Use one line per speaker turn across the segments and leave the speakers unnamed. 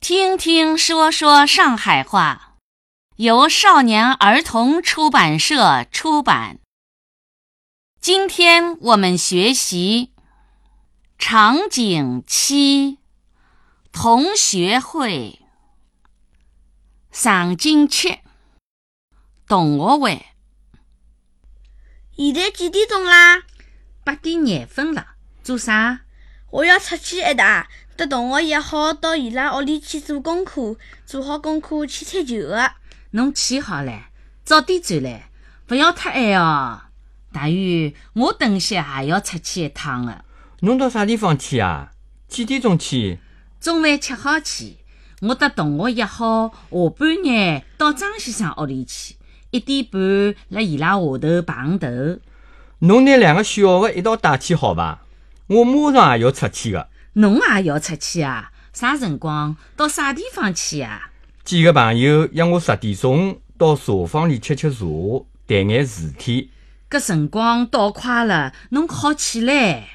听听说说上海话，由少年儿童出版社出版。今天我们学习场景七同学会。场景七同学会，
现在几点钟啦？
八点廿分了，做啥？
我要出去一趟，搭同学约好到伊拉屋里去做功课，做好功课去踢球个。
侬去好唻，早点转来，勿要太晚哦。大宇，我等歇也要出去一趟的，
侬到啥地方去啊？几点钟去？
中饭吃好去。我搭同学约好下半日到张先生屋里去，一点半辣伊拉下头碰头。
侬拿两个选学的一道带去好伐？我马上也要出去的。
侬也要出去啊？啥辰光？到啥地方去啊？
几个朋友约我十点钟到茶坊里吃吃茶，谈眼事体。
搿辰光到快了，侬好起来。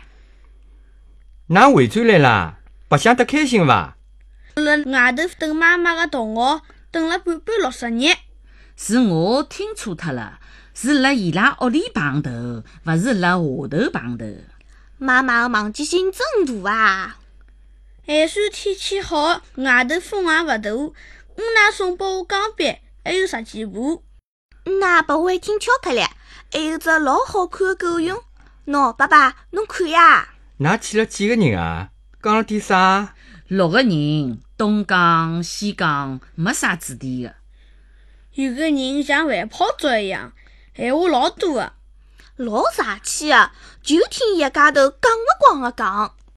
㑚回转来啦？白相得开心伐？
辣外头等妈妈个同学等了半半六十日，
是我听错脱了，是辣伊拉屋里碰头，勿是辣下头碰头。
妈妈的忘记性真大啊！
还算天气好，外头风也勿大。姆奶送拨我钢笔，还有十几部。
那拨我一听巧克力，还有只老好看的狗熊。喏，爸爸，侬看呀，
㑚去了几个人啊？讲了点啥？
六个人，东讲西讲，没啥主题的。
有个人像饭泡粥一样，闲话老多个。
啊老傻气啊！就听一家头讲勿光的讲。